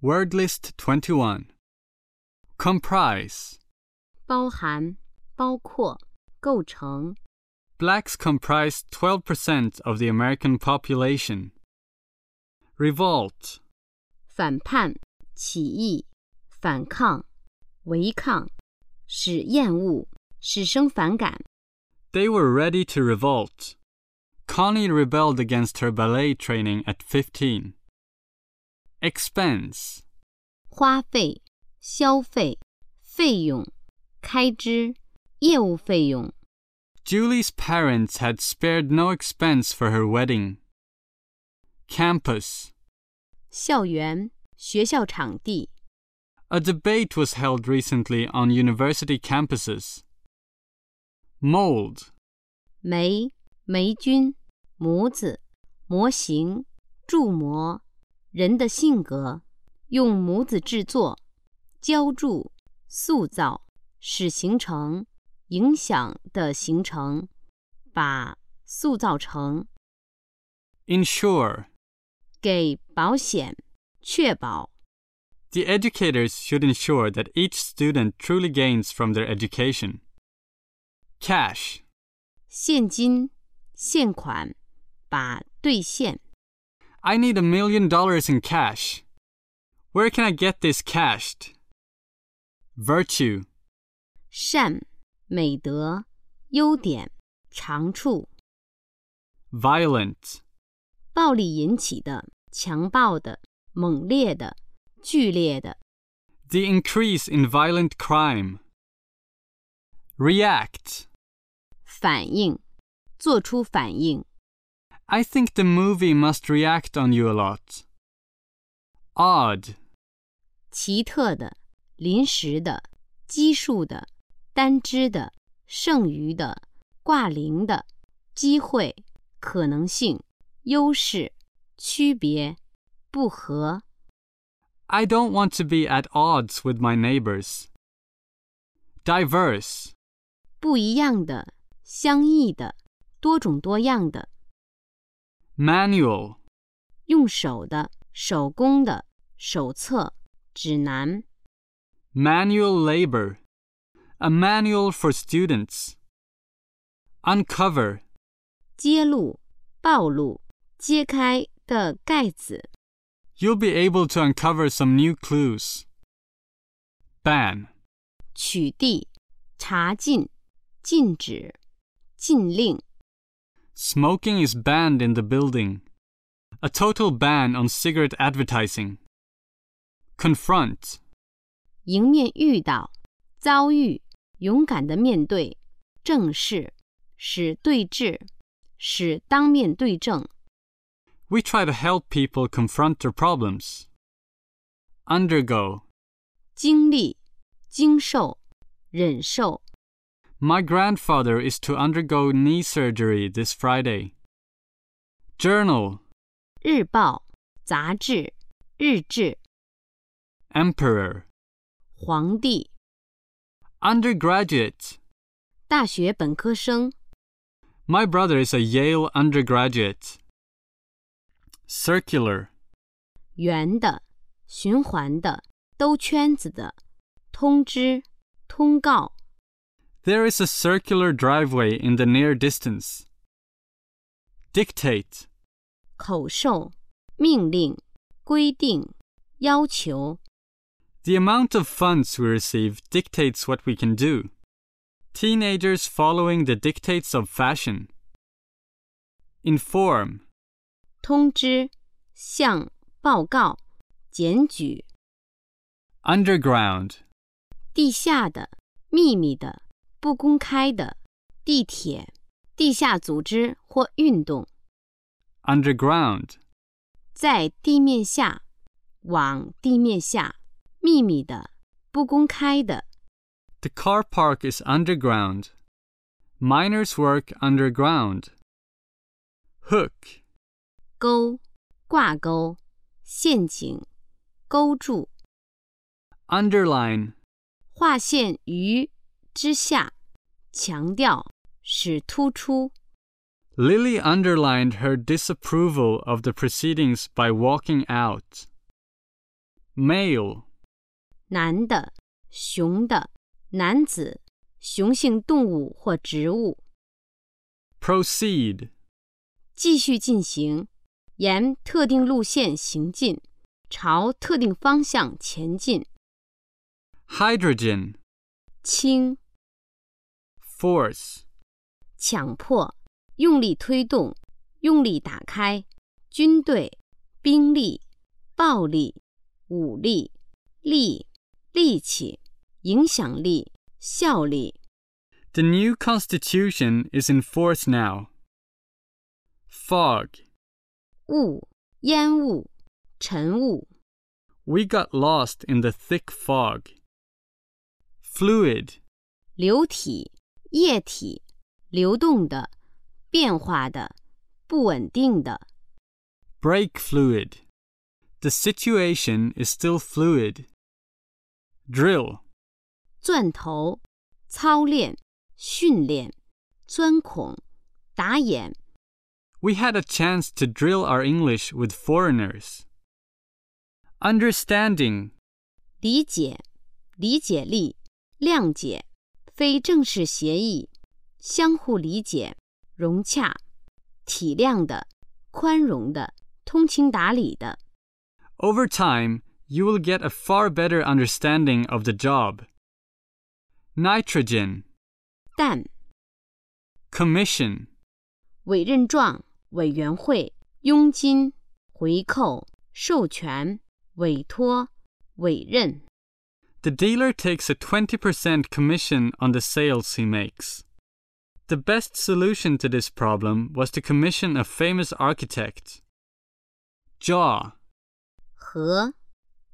Word list 21. Comprise. 包含、包括、构成。 Blacks comprise 12% of the American population. Revolt. 反叛、起义、反抗、违抗，使厌恶，使生反感。 They were ready to revolt. Connie rebelled against her ballet training at 15. Expense. 花费、消费、费用、开支、业务费用。 Julie's parents had spared no expense for her wedding. Campus. 校园、学校场地、 A debate was held recently on university campuses. Mold. 酶、霉菌、模子、模型、铸模、人的性格，用模子制作、浇筑、塑造，使形成、影响的形成，把塑造成 Insure. 给保险、确保。 The educators should ensure that each student truly gains from their education. Cash. 现金、现款，把兑现。 I need a million dollars in cash. Where can I get this cashed? Virtue. 善、美德、优点、长处， Violent. 暴力引起的、强暴的、猛烈的、剧烈的。 The increase in violent crime. React. 反应，做出反应。 I think the movie must react on you a lot. Odd. 奇特的、临时的、奇数的、单只的、剩余的、挂零的、机会、可能性、优势、区别、不合、 I don't want to be at odds with my neighbors. Diverse. 不一样的、相异的、多种多样的、 Manual. 用手的、手工的、手册、指南、 Manual labor. A manual for students. Uncover. 揭露、暴露、揭开的盖子、 You'll be able to uncover some new clues. Ban. 取缔、查禁、禁止、禁令。 Smoking is banned in the building. A total ban on cigarette advertising. Confront. 迎面遇到、遭遇，勇敢地面对、正视，使对峙，使当面对证。 We try to help people confront their problems. Undergo. 经历、经受、忍受。 My grandfather is to undergo knee surgery this Friday. Journal. 日报、杂志、日志、 Emperor. 皇帝、 Undergraduate. 大学本科生、 My brother is a Yale undergraduate. Circular. 圆的、循环的、兜圈子的、通知、通告、 There is a circular driveway in the near distance. Dictate. 口授、命令、规定、要求。 The amount of funds we receive dictates what we can do. Teenagers following the dictates of fashion. Inform. 通知、向报告、检举、 Underground. 地下的、秘密的、不公开的、地铁、地下组织或运动， Underground. 在地面下、往地面下、秘密的、不公开的、 The car park is underground. Miners work underground. Hook. 钩、挂钩、陷阱、勾住、 Underline. 划线于之下，强调使突出。 Lily underlined her disapproval of the proceedings by walking out. male, 男的、雄的、男子、雄性动物或植物， proceed, 继续进行，沿特定路线行进，朝特定方向前进。 hydrogen, 轻、 force, 强迫、用力推动、用力打开、军队、兵力、暴力、武力、力、力气、影响力、效力。 The new constitution is in force now. Fog. 雾、烟雾、尘雾、 We got lost in the thick fog. Fluid. 流体、液体、流动的、变化的、不稳定的、 Brake fluid. The situation is still fluid. Drill. 钻头、操练、训练、钻孔、打眼、 We had a chance to drill our English with foreigners. Understanding. 理解、理解力、谅解、非正式协议、相互理解、融洽、体谅的、宽容的、通情达理的。 Over time, you will get a far better understanding of the job. Nitrogen. 但 Commission. 委任状、委员会、佣金、回扣、授权、委托、委任。 The dealer takes a 20% commission on the sales he makes. The best solution to this problem was to commission a famous architect. Jaw. 和、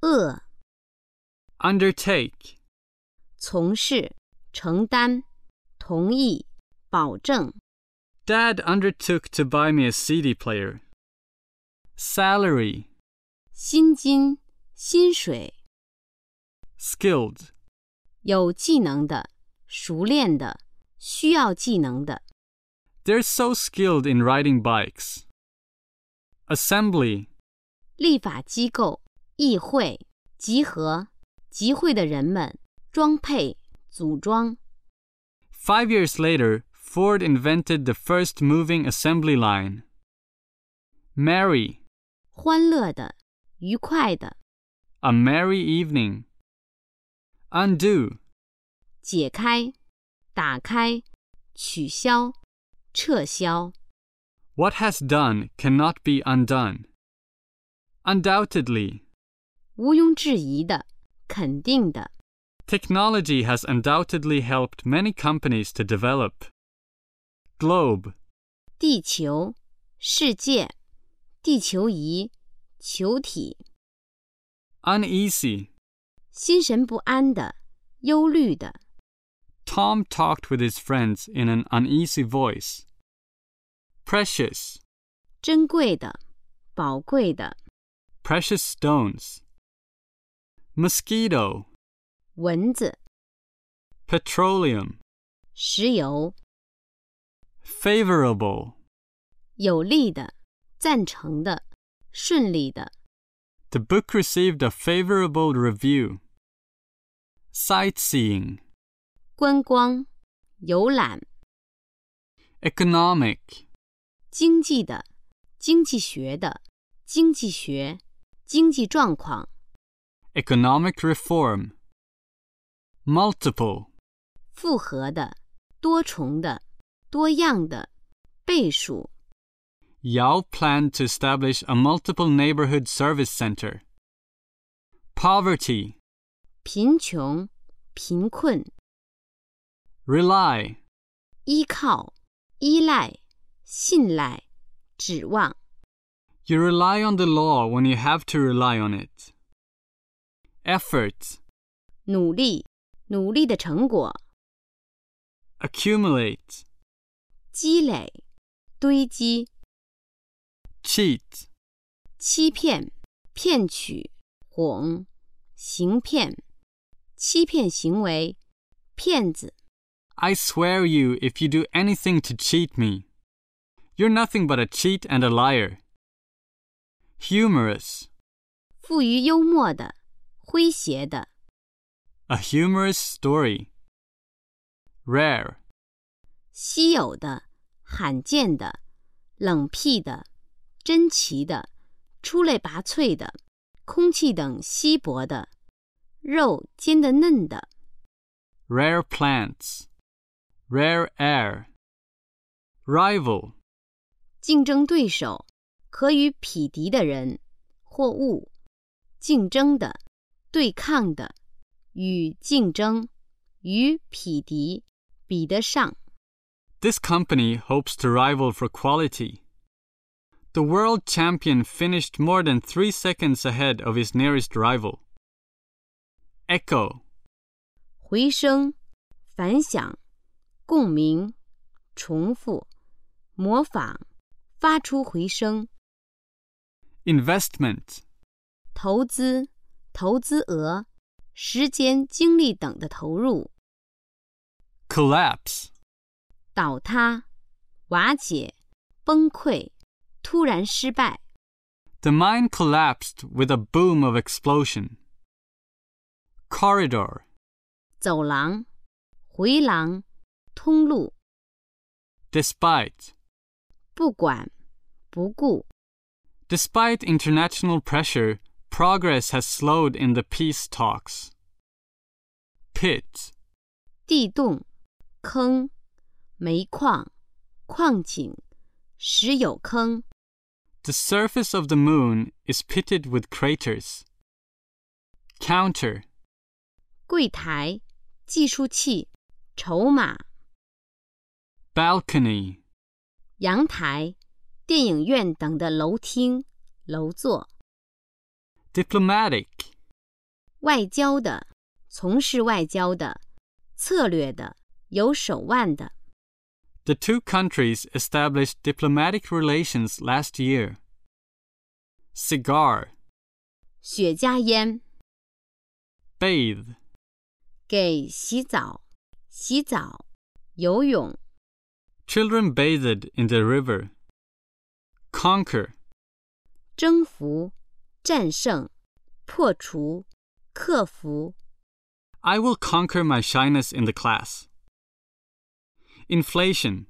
恶、 Undertake. 从事、承担、同意、保证。 Dad undertook to buy me a CD player. Salary. 薪金、薪水， Skilled. 有技能的、熟练的、需要技能的。 They're so skilled in riding bikes. Assembly. 立法机构、议会、集合、集会的人们，装配、组装。 Five years later, Ford invented the first moving assembly line. Merry. 欢乐的、愉快的、 A merry evening. Undo. 解开、打开、取消、撤销、 What has done cannot be undone. Undoubtedly. 毋庸置疑的、肯定的。 Technology has undoubtedly helped many companies to develop. Globe. 地球、世界、地球仪、球体、 Uneasy. 心神不安的、忧虑的。 Tom talked with his friends in an uneasy voice. Precious. 珍贵的、宝贵的、 Precious stones. Mosquito. 蚊子、 Petroleum. 石油、 Favorable. 有利的、赞成的、顺利的、 The book received a favorable review. Sightseeing. 观光、游览、 Economic. 经济的、经济学的、经济学、经济状况、 Economic reform. Multiple. 复合的、多重的、多样的、倍数、 Yao planned to establish a multiple neighborhood service center. Poverty. 贫穷、贫困、 Rely. 依靠、依赖、信赖、指望、 You rely on the law when you have to rely on it. Effort. 努力、努力的成果。 Accumulate. 积累、堆积、 Cheat. 欺骗、骗取、哄、行骗、欺骗行为、骗子、 I swear you if you do anything to cheat me. You're nothing but a cheat and a liar. Humorous. 富于幽默的、诙谐的， A humorous story. Rare. 稀有的、罕见的、冷僻的、珍奇的、出类拔萃的、空气等稀薄的、肉煎得嫩的、 Rare plants. Rare air. Rival. 竞争对手、可与匹敌的人或物、竞争的、对抗的、与竞争、与匹敌、比得上。 This company hopes to rival for quality. The world champion finished more than three seconds ahead of his nearest rival. Echo. 回声、反响、共鸣、重复、模仿、发出回声、 Investment. 投资、投资额、时间、精力等的投入、 Collapse. 倒塌、瓦解、崩溃、突然失败、 The mine collapsed with a boom of explosion. Corridor. 走廊、回廊、通路、 Despite. 不管、不顾、 Despite international pressure, progress has slowed in the peace talks. Pit. 地洞、坑、煤矿、矿井、石油坑。 The surface of the moon is pitted with craters. Counter. 柜台、计数器、筹码、 Balcony. 阳台、电影院等的楼厅、楼座、 Diplomatic. 外交的、从事外交的、策略的、有手腕的。 The two countries established diplomatic relations last year. Cigar. 雪茄烟 Bathe. 给洗澡、洗澡、游泳、 Children bathed in the river. Conquer. 征服、战胜、破除、克服、 I will conquer my shyness in the class. Inflation.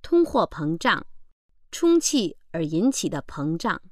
通货膨胀、充气而引起的膨胀。